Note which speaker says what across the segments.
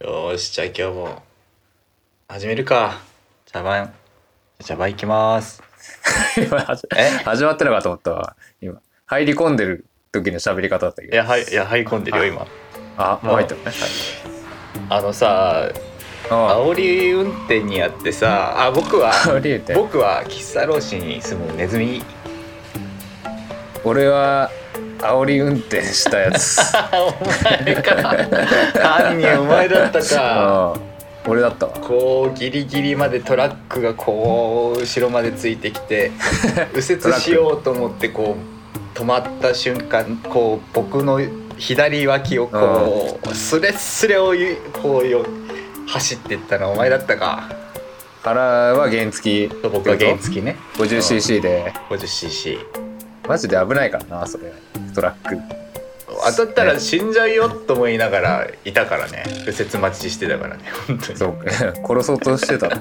Speaker 1: よーしじゃあ今日も始めるか茶番茶番いきます
Speaker 2: 今は じ
Speaker 1: え
Speaker 2: 始まってなかと思ったわ今入り込んでる時の喋り方だったけ
Speaker 1: い
Speaker 2: ど
Speaker 1: やはいいや入り込んでるよ今
Speaker 2: あもう入ったのね
Speaker 1: あのさ
Speaker 2: はい
Speaker 1: 煽り運転にあってさあ僕は
Speaker 2: あありえて
Speaker 1: 僕は喫茶老師に住むネズミ
Speaker 2: 俺は煽り運転した やつ
Speaker 1: お前か 犯人お前だった か
Speaker 2: うん俺だったわ
Speaker 1: こうギリギリまでトラックがこう後ろまでついてき て右折しようと思ってこう止まった瞬間こう僕の左脇をこうスレッスレをゆこうよ走ってったのはお前だったか
Speaker 2: 原は原付き
Speaker 1: 僕は原付ね
Speaker 2: 50cc で
Speaker 1: 50cc
Speaker 2: マジで危ないからなそれトラック
Speaker 1: 当たったら死んじゃうよと思いながらいたからね右折待ちしてたからね本当に
Speaker 2: そう 殺そうとしてたの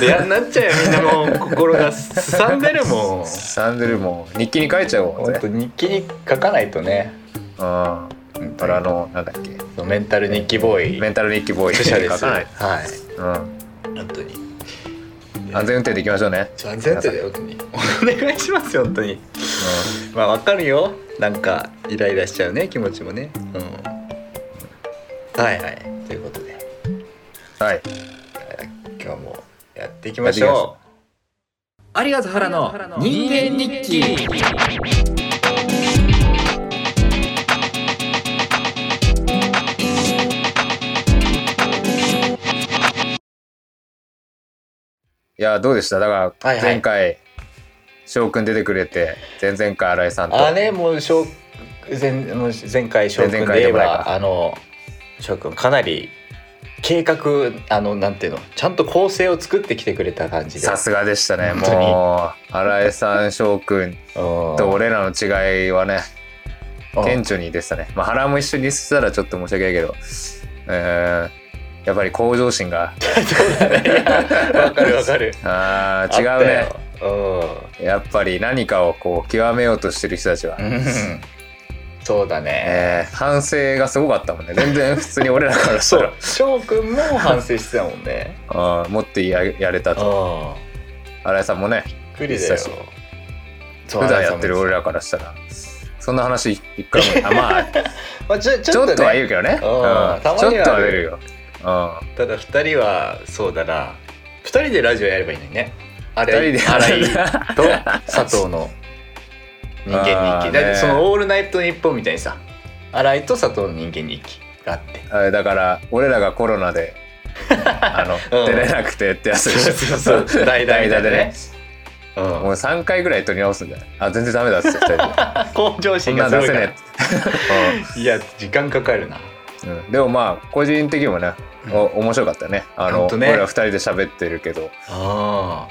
Speaker 1: でやんなっちゃうよみんなもう心が すさんでるもん
Speaker 2: サンデルもう日記に書いちゃおう
Speaker 1: 本
Speaker 2: ぜ
Speaker 1: 当日記に書かないとね
Speaker 2: うん虎のなんだっけ
Speaker 1: メンタル日記ボーイ
Speaker 2: メンタル日記ボーイ
Speaker 1: スペシャルです
Speaker 2: 書かない
Speaker 1: はい
Speaker 2: うん
Speaker 1: 本当に
Speaker 2: 安全運転でいきましょうね
Speaker 1: ちょ安全運転だよ本当にお願いしますよ本当にまあわかるよなんかイライラしちゃうね気持ちもねうんはいはいということで
Speaker 2: うんはい
Speaker 1: 今日もやっていきましょうありがとう原の人間日記
Speaker 2: いやどうでしただか
Speaker 1: はいはい
Speaker 2: ら前回翔くん出てくれて前々回新井さんと
Speaker 1: あねもう翔前もう前回翔くんで
Speaker 2: 前々回
Speaker 1: 言え
Speaker 2: でもない
Speaker 1: ば
Speaker 2: か
Speaker 1: あの翔くんかなり計画あのなんていうのちゃんと構成を作ってきてくれた感じで
Speaker 2: さすがでしたね
Speaker 1: 本当に
Speaker 2: もう新井さん翔 くん
Speaker 1: うん
Speaker 2: と俺らの違いはね
Speaker 1: うん
Speaker 2: 顕著にでしたねまあ原も一緒にしたらちょっと申し訳ないけどえーやっぱり向上心が
Speaker 1: わかるわかる
Speaker 2: あー違うね
Speaker 1: あっ
Speaker 2: やっぱり何かをこう極めようとしてる人たちは
Speaker 1: たようんうんそうだね
Speaker 2: えー反省がすごかったもんね全然普通に俺らからした
Speaker 1: そう
Speaker 2: ら
Speaker 1: 翔くんも反省してたもんね
Speaker 2: あーもっとややれた
Speaker 1: うん
Speaker 2: と新井さんもね
Speaker 1: びっくりだよ
Speaker 2: 久しぶ
Speaker 1: そう
Speaker 2: 普段やってる俺らからしたらそんな話一回 もあまあ
Speaker 1: まあちょち
Speaker 2: ち
Speaker 1: ょ
Speaker 2: ょ
Speaker 1: っと
Speaker 2: っとは言
Speaker 1: ね
Speaker 2: うけどね、うん、ちょ
Speaker 1: うんた
Speaker 2: っ
Speaker 1: まには
Speaker 2: とは出るよ、う
Speaker 1: ただ二人はそうだな二人でラジオやればいいのにねあれ
Speaker 2: 二人で
Speaker 1: 新井と佐藤の人間日
Speaker 2: あー
Speaker 1: 記だって
Speaker 2: ね
Speaker 1: その「オールナイトニッポン」みたいにさ新井と佐藤の人間日記があって
Speaker 2: んあれだから俺らがコロナ であの、
Speaker 1: うん
Speaker 2: 出れなくてってやつ
Speaker 1: そうそうそう代 々でね
Speaker 2: 々でね
Speaker 1: うん
Speaker 2: もう3回ぐらい取り直すんじゃないあ全然ダメだっつって2人 で
Speaker 1: 向上
Speaker 2: こ
Speaker 1: 心
Speaker 2: ん
Speaker 1: が
Speaker 2: なん
Speaker 1: すごい
Speaker 2: 出
Speaker 1: か
Speaker 2: せね
Speaker 1: らいや時間かかるな
Speaker 2: え、うん、でもまあ個人的にもねお面白かったねあ
Speaker 1: ほん
Speaker 2: の
Speaker 1: とね
Speaker 2: 俺ら2人で喋ってるけど、
Speaker 1: あ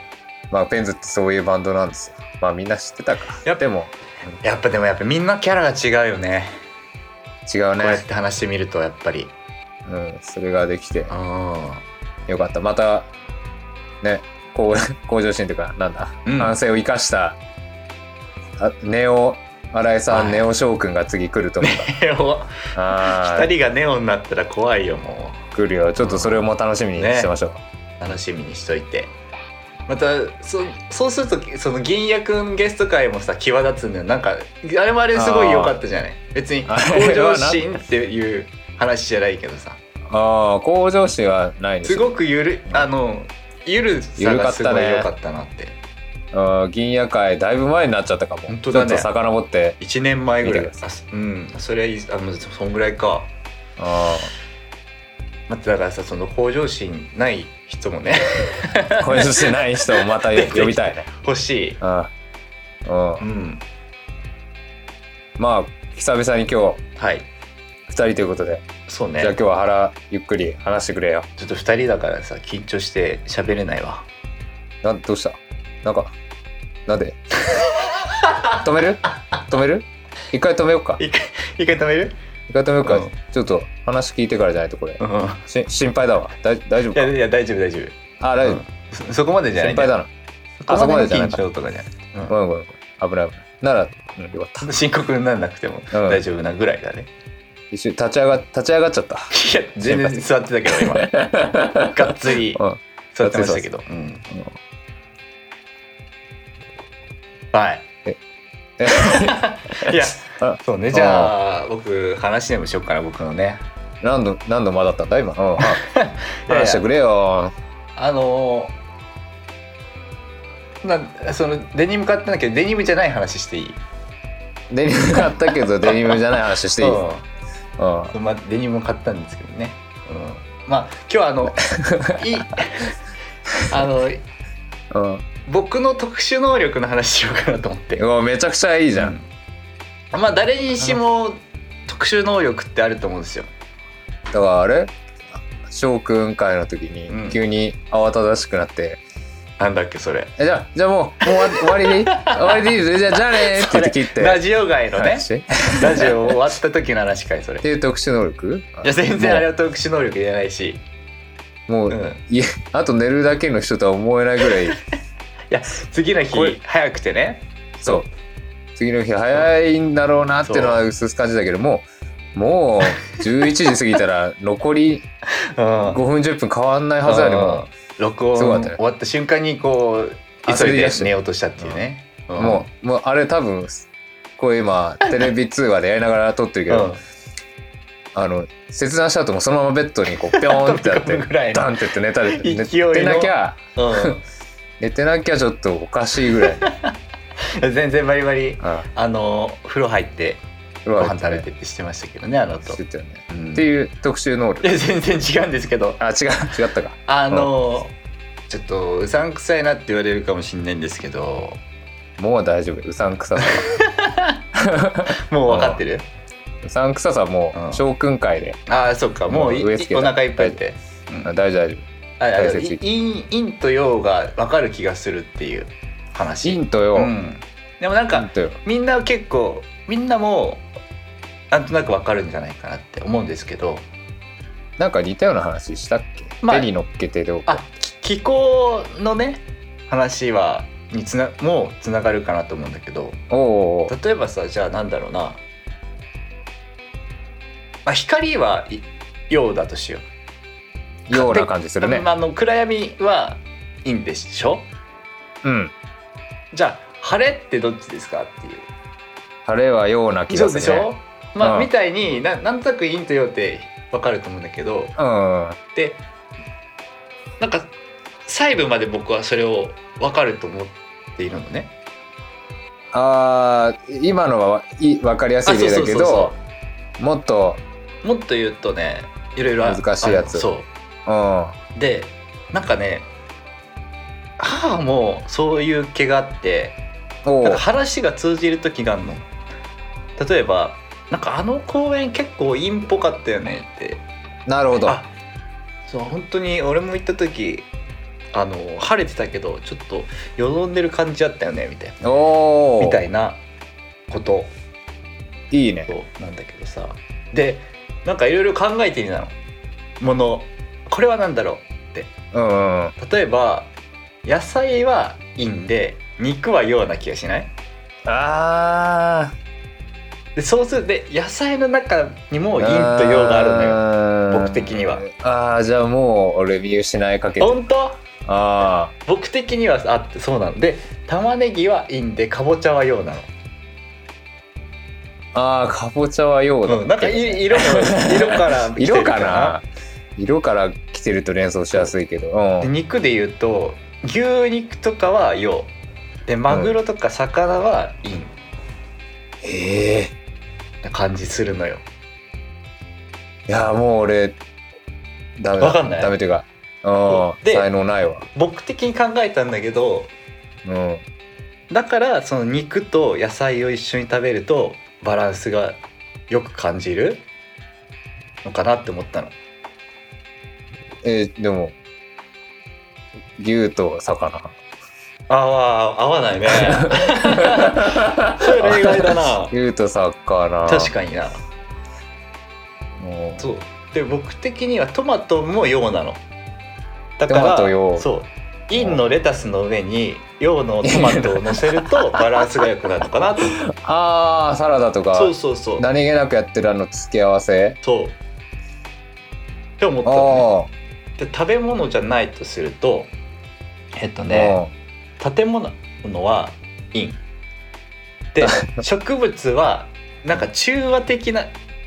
Speaker 2: まあ、ペンズってそういうバンドなんですよまあみんな知ってたか
Speaker 1: やっぱ
Speaker 2: でも
Speaker 1: やっぱでもやっぱみんなキャラが違うよね
Speaker 2: 違う
Speaker 1: こうやっ
Speaker 2: ね、
Speaker 1: て話してみるとやっぱり
Speaker 2: うん、それができて
Speaker 1: あ
Speaker 2: よかった。また、ね、こう 向上心というか、なんだ、
Speaker 1: うん
Speaker 2: 反省を生かした、あネオ、新井さん、
Speaker 1: はい
Speaker 2: ネオ翔くんが次来ると思 うか
Speaker 1: ネオ
Speaker 2: ら。あ
Speaker 1: 2人がネオになったら怖いよも
Speaker 2: 来るよ。ちょっとそれも楽しみにしてましょう。
Speaker 1: う楽しみにしといてまたそそうするとその銀也くんゲスト会もさ際立つんだよなんかあれもあれすごい良かったじゃない別に
Speaker 2: あれ
Speaker 1: 向上
Speaker 2: はな
Speaker 1: 心っていう話じゃないけどさ
Speaker 2: ああ、向上心はないですすよ。
Speaker 1: ごくゆるあのゆるさがすごい良かったなって
Speaker 2: あー銀夜会、だいぶ前になっちゃったかも。
Speaker 1: 本当だね
Speaker 2: ちょっと遡って。
Speaker 1: 1年前ぐらい
Speaker 2: 見てく
Speaker 1: あうんそれあのそんぐらいか
Speaker 2: あ
Speaker 1: まあだからさその向上心ない人もね
Speaker 2: あ、向上心ない人をまた
Speaker 1: 出てきた
Speaker 2: 呼びたい ね。
Speaker 1: 欲しい
Speaker 2: ああ
Speaker 1: う
Speaker 2: う、
Speaker 1: んん
Speaker 2: まあ、久々に今日、
Speaker 1: はい
Speaker 2: 二人ということで、
Speaker 1: そうね
Speaker 2: じゃあ今日は腹ゆっくり話してくれよ。
Speaker 1: ちょっと2人だからさ緊張して喋れないわ
Speaker 2: なんどうしたなんかなんで止める止める一回止めようか
Speaker 1: 一回一回止める
Speaker 2: 一回止めようか、
Speaker 1: うん
Speaker 2: ちょっと話聞いてからじゃないとこれ
Speaker 1: うん
Speaker 2: し心配だわだい大丈夫
Speaker 1: い
Speaker 2: か
Speaker 1: やいや大丈夫大丈夫
Speaker 2: あ大丈夫、
Speaker 1: うんそそこまでじゃない
Speaker 2: 心配だなあそこまでじゃない
Speaker 1: 緊張とかじゃない
Speaker 2: ごめんごめんごめん危ない危ないなら、うん、よかっ
Speaker 1: うん深刻にならなくても
Speaker 2: うん
Speaker 1: 大丈夫なぐらいだね
Speaker 2: 一瞬立ち上が立ち上がっちゃった
Speaker 1: いや全然座ってたけど今 がっつり
Speaker 2: うん
Speaker 1: 座ってましたけど、うんはい
Speaker 2: え
Speaker 1: いや
Speaker 2: あ
Speaker 1: そうねじゃあ僕話でもしようかな僕のね
Speaker 2: 何度何度間だったんだ今、うん、話してく
Speaker 1: れ
Speaker 2: れよ
Speaker 1: あのなそのデニム買ったんだけどデニムじゃない話していい
Speaker 2: デニム買ったけどデニムじゃない話していい、うん
Speaker 1: う、んまあ、デニムも買ったんですけどね、うん、まあ今日は あのいあの
Speaker 2: うん
Speaker 1: 僕の特殊能力の話しようかなと思って
Speaker 2: うわめちゃくちゃいいじゃん、
Speaker 1: うんまあ誰にしも特殊能力ってあると思うんですよ
Speaker 2: だからあれ翔くん会の時に急に慌ただしくなって
Speaker 1: なんだっけそれ
Speaker 2: 「えじゃあじゃあもうもう終わ終わりでいい終わりでいいじゃあじゃあね」って言って切って
Speaker 1: ラジオ外のね
Speaker 2: 話っ
Speaker 1: ラジオ終わった時の話かいそれ
Speaker 2: て
Speaker 1: い
Speaker 2: いう特殊能力
Speaker 1: や全然あれは特殊能力じゃないし、
Speaker 2: もう、
Speaker 1: うん、い
Speaker 2: いやあと寝るだけの人とは思えないぐ らい
Speaker 1: や次の日
Speaker 2: これ
Speaker 1: 早くてね
Speaker 2: そう次の日早いんだろうなっていうのは薄々感じだけどもうもう11時過ぎた ら残り
Speaker 1: うん
Speaker 2: 5分10分変わんないはずやでも
Speaker 1: 録音
Speaker 2: すごかった
Speaker 1: 終
Speaker 2: ね
Speaker 1: わった瞬間にこう
Speaker 2: 焦
Speaker 1: 急い
Speaker 2: り
Speaker 1: で
Speaker 2: 出して
Speaker 1: 寝ようとしたっていうね、
Speaker 2: うもうもうあれ多分こう今テレビ通話でやりながら撮ってる
Speaker 1: う
Speaker 2: けど、あの切断した後もそのままベッド にこうピョーンってやっ
Speaker 1: 飛び込むぐら
Speaker 2: て
Speaker 1: いの
Speaker 2: ダンってやって寝たり
Speaker 1: 勢いの
Speaker 2: 寝てなきゃ
Speaker 1: うん
Speaker 2: 寝てなきゃちょっとおかしい ぐらい、
Speaker 1: うん、全然バリバリ
Speaker 2: あ
Speaker 1: あの風呂入って
Speaker 2: ご
Speaker 1: ご飯食べてってしてましたけどねあのと、
Speaker 2: してたよね、
Speaker 1: うん
Speaker 2: っていう特殊能力
Speaker 1: いや全然違うんですけど
Speaker 2: あ違う違ったか
Speaker 1: あの、ちょっとうさんくさいなって言われるかもしれないんですけど
Speaker 2: もう大丈夫うさんくささ
Speaker 1: もう分かってる
Speaker 2: うさんくささも
Speaker 1: うん
Speaker 2: う翔くん会で、
Speaker 1: ああそっかもうい
Speaker 2: もう植え付け
Speaker 1: お
Speaker 2: た
Speaker 1: 腹いっぱいって、うん
Speaker 2: あ大丈夫大丈
Speaker 1: ああ
Speaker 2: 大
Speaker 1: の
Speaker 2: 切
Speaker 1: い陰陰と陽が分かる気がするっていう
Speaker 2: 夫
Speaker 1: 話
Speaker 2: イントよ、
Speaker 1: うん、でもなん
Speaker 2: イ
Speaker 1: か
Speaker 2: ントよ
Speaker 1: みんな結構みんなもうなんとなく分かるんじゃないかなって思うんですけど
Speaker 2: なんか似たような話したっけ、
Speaker 1: まあ
Speaker 2: 手に乗っけてどうか
Speaker 1: あき気候のね話はにつなもうつながるかなと思うんだけど
Speaker 2: おうおう
Speaker 1: 例えばさじゃあなんだろうな、まあ、光はい陽だとしよ
Speaker 2: おうような感じする
Speaker 1: う、
Speaker 2: ね、
Speaker 1: まああの暗闇は陰でしょ
Speaker 2: うん
Speaker 1: じゃあ晴れってどっちですかっていう
Speaker 2: 晴れはような気
Speaker 1: そ
Speaker 2: が
Speaker 1: う
Speaker 2: する
Speaker 1: で
Speaker 2: ね
Speaker 1: しょ、まあ、
Speaker 2: うん
Speaker 1: みたいにななんとなく陰と陽って分かると思うんだけど
Speaker 2: うん
Speaker 1: でなんか細部まで僕はそれを分かると思っているのね。
Speaker 2: あー今のはい分かりやすい例だけどもっと、
Speaker 1: うもっと言うとねいろいろあ
Speaker 2: 難しいや
Speaker 1: あ
Speaker 2: つ
Speaker 1: のそ
Speaker 2: うん、
Speaker 1: うでなんかね母もそういう気があって
Speaker 2: お
Speaker 1: なん
Speaker 2: う
Speaker 1: か話が通じる時があるの。例えばなんかあの公園結構陰っぽかったよねって
Speaker 2: なるほど
Speaker 1: あそう本当に俺も行った時あの晴れてたけどちょっとよどんでる感じあったよねみたいな
Speaker 2: おお
Speaker 1: みたいなこと
Speaker 2: いいね
Speaker 1: なんだけどさでなんかいろいろ考えてみたのものこれは何だろ
Speaker 2: うんうんうん
Speaker 1: う例えば野菜は陰で肉は陽な気がしない
Speaker 2: あ
Speaker 1: でそうするで野菜の中にも
Speaker 2: ー
Speaker 1: 陰と陽があるのよ
Speaker 2: の
Speaker 1: 僕的には
Speaker 2: あーじゃあもう俺見失いかけて
Speaker 1: 本当
Speaker 2: あ
Speaker 1: 僕的にはあってそうなので玉ねぎは陰でかぼちゃは陽なの
Speaker 2: ーあーかぼちゃはようだ、
Speaker 1: うん、なんかい 色も色から来てる
Speaker 2: 色かな色から来てると連想しやすいけど、う
Speaker 1: で
Speaker 2: ん、
Speaker 1: 肉で言うと牛肉とかは陽でマグロとか魚は陰
Speaker 2: ええ
Speaker 1: な感じするのよ
Speaker 2: いやもう俺ダメだ
Speaker 1: わかんない
Speaker 2: ダメというかうん
Speaker 1: で
Speaker 2: 才能ないわ
Speaker 1: 僕的に考えたんだけど
Speaker 2: うん
Speaker 1: だからその肉と野菜を一緒に食べるとバランスがよく感じるのかなって思ったの
Speaker 2: えーでも牛と魚
Speaker 1: あー合わない ねそ れ例外だな
Speaker 2: 牛と魚
Speaker 1: 確かにな
Speaker 2: にも
Speaker 1: そうで僕的にはトマトも陽なのだか
Speaker 2: トマ
Speaker 1: ら
Speaker 2: ト陽
Speaker 1: そう陰のレタスの上に量のトマトを乗せるとバランスが良くなるのかなと思っ
Speaker 2: あーサラダと
Speaker 1: た
Speaker 2: か
Speaker 1: そうそうそう
Speaker 2: 何気なくやってるあの付け合わせ
Speaker 1: そうって思っ
Speaker 2: あ
Speaker 1: た
Speaker 2: あ
Speaker 1: のねで食べ物じゃないとするとえっとね建物は陰 で植物はなんか中和的な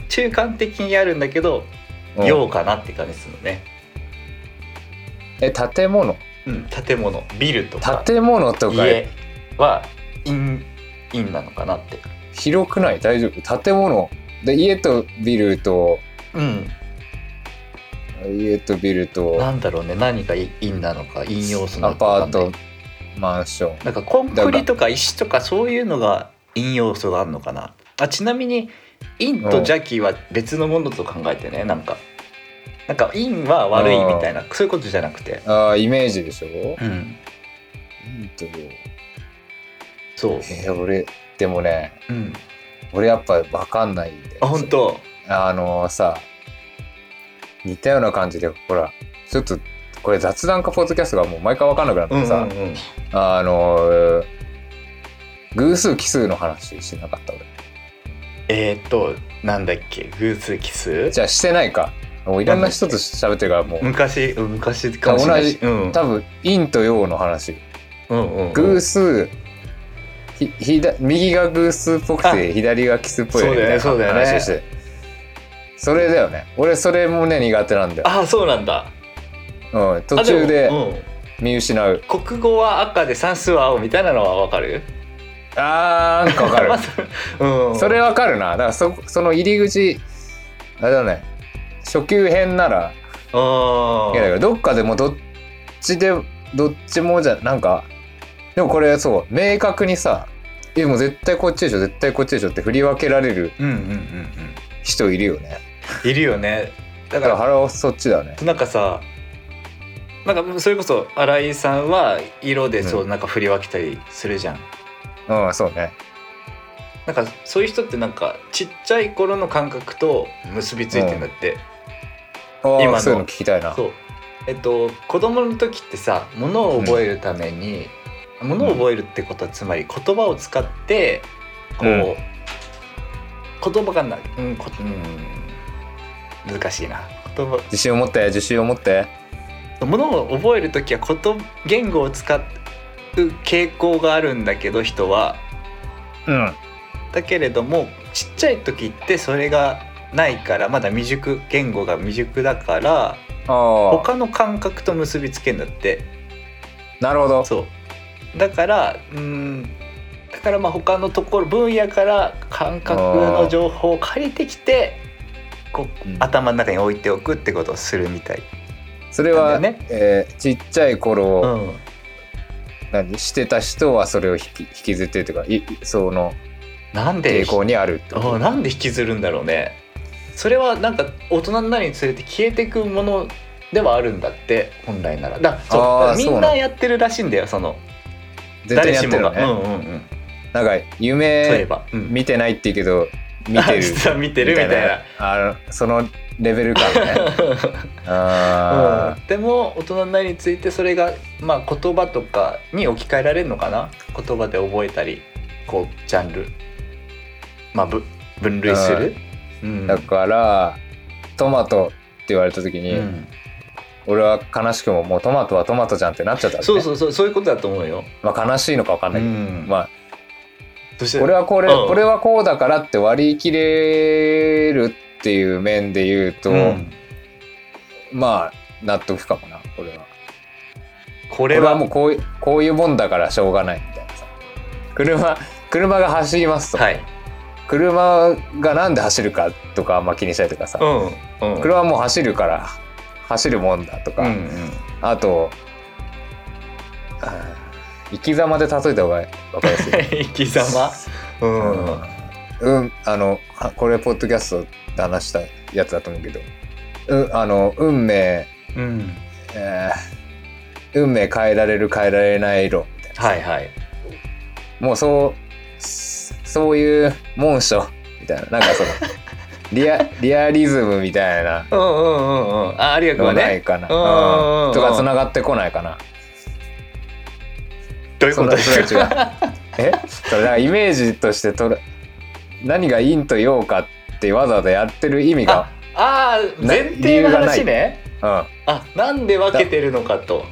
Speaker 1: 中間的にあるんだけど
Speaker 2: うんうん
Speaker 1: 陽かなって感じするのね、
Speaker 2: え建物
Speaker 1: うん、建物ビルとか
Speaker 2: 建物とか
Speaker 1: 家は陰陰なのかなって
Speaker 2: 広くない大丈夫建物で家とビルと
Speaker 1: うん
Speaker 2: 家とビルと
Speaker 1: なんだろうね何が陰なのか陰要素な
Speaker 2: ア
Speaker 1: のか
Speaker 2: パ
Speaker 1: わか
Speaker 2: ー
Speaker 1: んない
Speaker 2: トマンション
Speaker 1: なんかコンクリとか石とかそういうのが陰要素があるのかなあちなみに陰と邪気は別のものと考えてねなんかなんか陰は悪いみたいなそういうことじゃなくて
Speaker 2: ああイメージでしょ
Speaker 1: うん
Speaker 2: いいと思う
Speaker 1: そう、
Speaker 2: えー俺でもね
Speaker 1: うん、
Speaker 2: 俺やっぱ分かんないんで
Speaker 1: あ本当
Speaker 2: あのさ似たような感じでほらちょっとこれ雑談かポッドキャストがもう毎回分かんなくなっ
Speaker 1: う
Speaker 2: て
Speaker 1: んう
Speaker 2: さ、
Speaker 1: んうん
Speaker 2: あの偶数奇数の話しなかった俺
Speaker 1: えー、っとなんだっけ偶数奇数
Speaker 2: じゃあしてないかもういろんな人と喋ってるからもう
Speaker 1: 昔うん昔かもしれないしうん
Speaker 2: 多分陰と陽の話
Speaker 1: うんうんうん
Speaker 2: 偶数ひひだ右が偶数っぽく
Speaker 1: あ
Speaker 2: て左が奇数っぽいみたいな
Speaker 1: そうだよねそうだよね
Speaker 2: 話をしてそれだよね俺それもね苦手なんだよ、
Speaker 1: ああそうなんだ
Speaker 2: うん、途
Speaker 1: あも
Speaker 2: 中で
Speaker 1: うん
Speaker 2: 見失う
Speaker 1: 国語は赤で算数は青みたいなのはわかる
Speaker 2: あーなんかわか
Speaker 1: ま
Speaker 2: る
Speaker 1: あそうん
Speaker 2: それわかるなだからそその入り口あれだね初級編なら
Speaker 1: あ
Speaker 2: いやだからどっかでもどっちでどっちもじゃなんかでもこれそう明確にさえもう絶対こっちでしょ絶対こっちでしょって振り分けられる
Speaker 1: うんうんうんうん
Speaker 2: 人いるよね
Speaker 1: いるよねだ
Speaker 2: だ
Speaker 1: か
Speaker 2: からら原はそっちだよね
Speaker 1: なんかさなんかそれこそ新井さんは色でそう
Speaker 2: う
Speaker 1: なんか振り分けたりするじゃん、
Speaker 2: うんそうね
Speaker 1: なんかそういう人ってなんかちっちゃい頃の感覚と結びついてんだって、
Speaker 2: あ
Speaker 1: 今
Speaker 2: 今
Speaker 1: の
Speaker 2: そういうの聞きたいな
Speaker 1: そうえっと子供の時ってさものを覚えるために、ものを覚えるってことはつまり言葉を使ってこう、
Speaker 2: うん
Speaker 1: 言葉がな、うんこうん、難しいな言葉
Speaker 2: 自信を持って自信を持って
Speaker 1: ものを覚える時はこと言語を使う傾向があるんだけど人は
Speaker 2: うん
Speaker 1: だけれどもちっちゃい時ってそれがないからまだ未熟言語が未熟だから
Speaker 2: ああ
Speaker 1: 他の感覚と結びつけんだって
Speaker 2: なるほど
Speaker 1: そうだからうんだからまあ他のところ分野から感覚の情報を借りてきてこう
Speaker 2: うん
Speaker 1: 頭の中に置いておくってことをするみたい。
Speaker 2: それは、
Speaker 1: なんだよね
Speaker 2: えーちっちゃい頃、
Speaker 1: うん
Speaker 2: 何してた人はそれを引き引きずってとかいいその
Speaker 1: なんで
Speaker 2: 傾向にあるって
Speaker 1: ああなんで引きずるんだろうねそれはなんか大人になるにつれて消えていくものではあるんだって本来ならだそう
Speaker 2: あー
Speaker 1: だからみ
Speaker 2: そ
Speaker 1: ん
Speaker 2: うな
Speaker 1: なんやってるらしいんだよその
Speaker 2: 絶対にやっ
Speaker 1: しても
Speaker 2: る
Speaker 1: が、
Speaker 2: よね、
Speaker 1: うんうんうん
Speaker 2: なんか夢
Speaker 1: そういえば、うん
Speaker 2: 見てないって言うけど 見てる
Speaker 1: 実は見てるみたいな
Speaker 2: あのそのレベル 感ねあ
Speaker 1: うん、でも大人になりについてそれが、まあ、言葉とかに置き換えられるのかな言葉で覚えたりこうジャンル、まあ、ぶ分類する、うん
Speaker 2: ーだからトマトって言われた時に、
Speaker 1: うん
Speaker 2: 俺は悲しくももうトマトはトマトじゃんってなっちゃったわけ
Speaker 1: そ
Speaker 2: ね
Speaker 1: うそうそうそういうことだと思うよ。
Speaker 2: まあ、悲しいのか分かんないけど、
Speaker 1: うん
Speaker 2: ま
Speaker 1: そして
Speaker 2: あこれはこれ、
Speaker 1: うん
Speaker 2: これはこうだからって割り切れるっていう面で言うと、
Speaker 1: うん
Speaker 2: まあ納得かもなこれは。
Speaker 1: こ
Speaker 2: こ
Speaker 1: れ
Speaker 2: れは
Speaker 1: は
Speaker 2: もうこういこういうもんだからしょうがないみたいなさ車車が走りますと、
Speaker 1: はい、
Speaker 2: 車がなんで走るかとかあんま気にしたりとかさ、
Speaker 1: うんうん、
Speaker 2: 車はもう走るから走るもんだとか、
Speaker 1: うんうん、
Speaker 2: あとあー生き様で例えた方が分かりやすい
Speaker 1: 生き様、うん
Speaker 2: うん、うん、あのはこれポッドキャストで話したやつだと思うけど、うん、あの運命、
Speaker 1: うん、
Speaker 2: えー運命変えられる変えられない論みたいな、
Speaker 1: はいはい
Speaker 2: もうそうそそういうもんっしょみたいななんか そのリアリアリズムみたいな
Speaker 1: うんうんうんうんあありがと
Speaker 2: の
Speaker 1: う
Speaker 2: はない
Speaker 1: ね
Speaker 2: かな、
Speaker 1: うんうんうん
Speaker 2: うんとか繋がってこないかな
Speaker 1: どういう
Speaker 2: そ
Speaker 1: こ
Speaker 2: ん
Speaker 1: とで
Speaker 2: なそ
Speaker 1: す
Speaker 2: れ
Speaker 1: か
Speaker 2: は違うえそうだからイメージとしてとら何が陰と陽かってわざわざやってる意味が
Speaker 1: ああ
Speaker 2: な
Speaker 1: 前提の
Speaker 2: 理由
Speaker 1: 話
Speaker 2: が
Speaker 1: ね
Speaker 2: うんっ
Speaker 1: あなんで分けてるのかと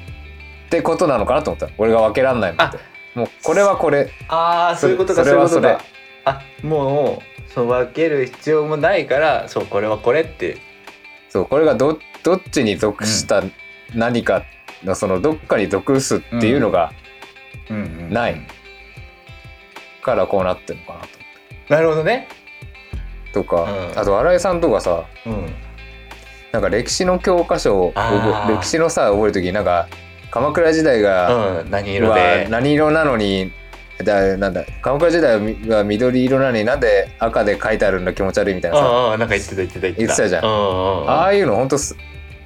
Speaker 2: てことなのかなと思った俺が分けらんないもんってもうこれはこれ
Speaker 1: ああそういうことか
Speaker 2: そ
Speaker 1: そう
Speaker 2: れ
Speaker 1: いう
Speaker 2: は
Speaker 1: ことか
Speaker 2: そ
Speaker 1: あもうそう分ける必要もないからそうこれはこれって
Speaker 2: そうこれがどどっちに属した何かのそのどっかに属すっていうのがな
Speaker 1: ない
Speaker 2: からこうなってるのかな
Speaker 1: なるほどね
Speaker 2: ととか、
Speaker 1: うん
Speaker 2: あと新井さんとかさ
Speaker 1: うん
Speaker 2: なんか歴史の教科書を
Speaker 1: あ
Speaker 2: 覚え
Speaker 1: ー
Speaker 2: 歴史のさ覚える時になんか鎌倉時代が、
Speaker 1: うん何色
Speaker 2: は
Speaker 1: で
Speaker 2: 何色なのにだなんだ鎌倉時代はみは緑色なのになんで赤で書いてあるんだ気持ち悪いみたいなさ
Speaker 1: ああなんか言ってた言ってた言ってた
Speaker 2: 言ってたじゃん
Speaker 1: うんうんうん
Speaker 2: ああいうのほんとす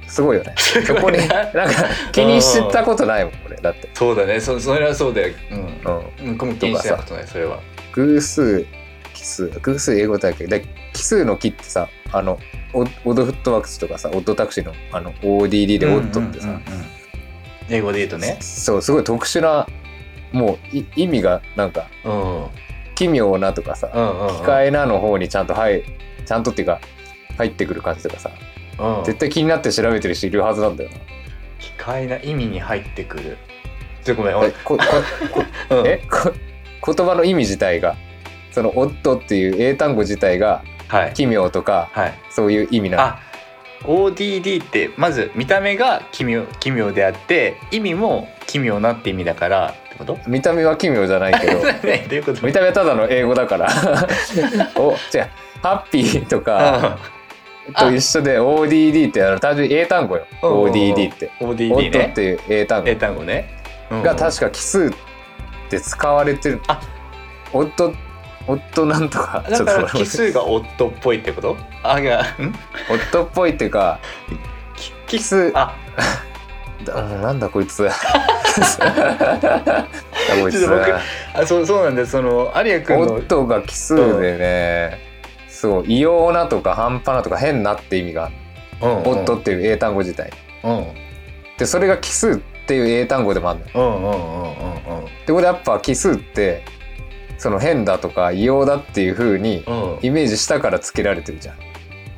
Speaker 2: すごいよねそこになんか気にしたことないもん俺だって、
Speaker 1: そうだねそそれはそうだようん
Speaker 2: うん、
Speaker 1: うん、も気にしたことないそれは
Speaker 2: 偶数奇数偶数英語だけで奇数の奇ってさあのオオッドフットワークスとかさオッドタクシーのあの ODD でオッドってさ、
Speaker 1: うんうんうんうん英語で言うとね
Speaker 2: そうすごい特殊なもうい意味がなんか
Speaker 1: うんうん
Speaker 2: 奇妙なとかさ
Speaker 1: うんうん
Speaker 2: 機械なの方にちゃんと入ちゃんとっていうか入ってくる感じとかさ
Speaker 1: うん
Speaker 2: 絶対気になって調べてる人いるはずなんだよな。
Speaker 1: 機械な意味に入ってくるちょごめん
Speaker 2: え
Speaker 1: 俺
Speaker 2: ここ
Speaker 1: うん
Speaker 2: えこ言葉の意味自体がその「オッド」っていう英単語自体が
Speaker 1: はい
Speaker 2: 奇妙とか
Speaker 1: はい
Speaker 2: そういう意味なの。
Speaker 1: あ ODD ってまず見た目が奇妙奇妙であって意味も奇妙なって意味だからってこと
Speaker 2: 見た目は奇妙じゃない けど
Speaker 1: ね どういうこと
Speaker 2: 見た目はただの英語だから おじゃハッピーとかと一緒で ODD ってあの単純に英単語よ
Speaker 1: うんうんうん
Speaker 2: ODD って
Speaker 1: うん
Speaker 2: ODD、オ
Speaker 1: ODD
Speaker 2: ッドっ
Speaker 1: ね
Speaker 2: ていう英単語
Speaker 1: 英単語ね
Speaker 2: が確
Speaker 1: か
Speaker 2: か奇数って使われてる
Speaker 1: あ
Speaker 2: オッドオッドなんとか
Speaker 1: だから奇
Speaker 2: 俺
Speaker 1: 数が夫っぽいってことあいやん
Speaker 2: もオッドっぽいっていうか
Speaker 1: き
Speaker 2: 奇
Speaker 1: 奇数
Speaker 2: 数
Speaker 1: あ
Speaker 2: だなんだこいつ なんだこい
Speaker 1: ち
Speaker 2: つ
Speaker 1: ょっと僕あそうそうなんだよその有也君
Speaker 2: オ
Speaker 1: の
Speaker 2: ッドが奇数でね、そう異様なとか半端なとか変なって意味がある、
Speaker 1: うん
Speaker 2: オッドっていう英単語自体
Speaker 1: うん
Speaker 2: でそれが奇数っていう英単語でもあるのよ
Speaker 1: うんうんうんうんうん
Speaker 2: でこれやっぱ奇数ってその変だとか異様だっていう風に
Speaker 1: うん
Speaker 2: イメージしたからつけられてるじゃん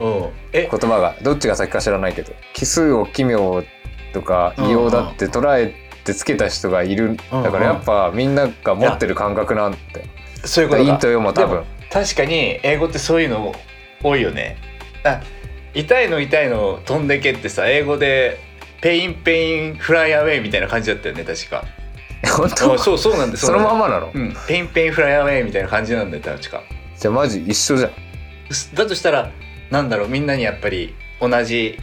Speaker 1: うんえ
Speaker 2: 言葉がどっちが先か知らないけど奇数を奇妙とか異様だって捉えてつけた人がいる
Speaker 1: うん
Speaker 2: だからやっぱみんなが持ってる感覚なんて
Speaker 1: そういう
Speaker 2: だ
Speaker 1: こ
Speaker 2: か
Speaker 1: とか
Speaker 2: ら陰と陽も多分
Speaker 1: 確かに英語ってそういうの多いよねあ痛いの痛いの飛んでけってさ英語でペインペインフライアウェイみたいな感じだったよね確か
Speaker 2: 本
Speaker 1: あ
Speaker 2: 当
Speaker 1: そうそうなんで
Speaker 2: そのまんまなの
Speaker 1: うんペインペインフライアウェイみたいな感じなんだよ確か
Speaker 2: じゃあマジ一緒じゃん
Speaker 1: だとしたらなんだろうみんなにやっぱり同じ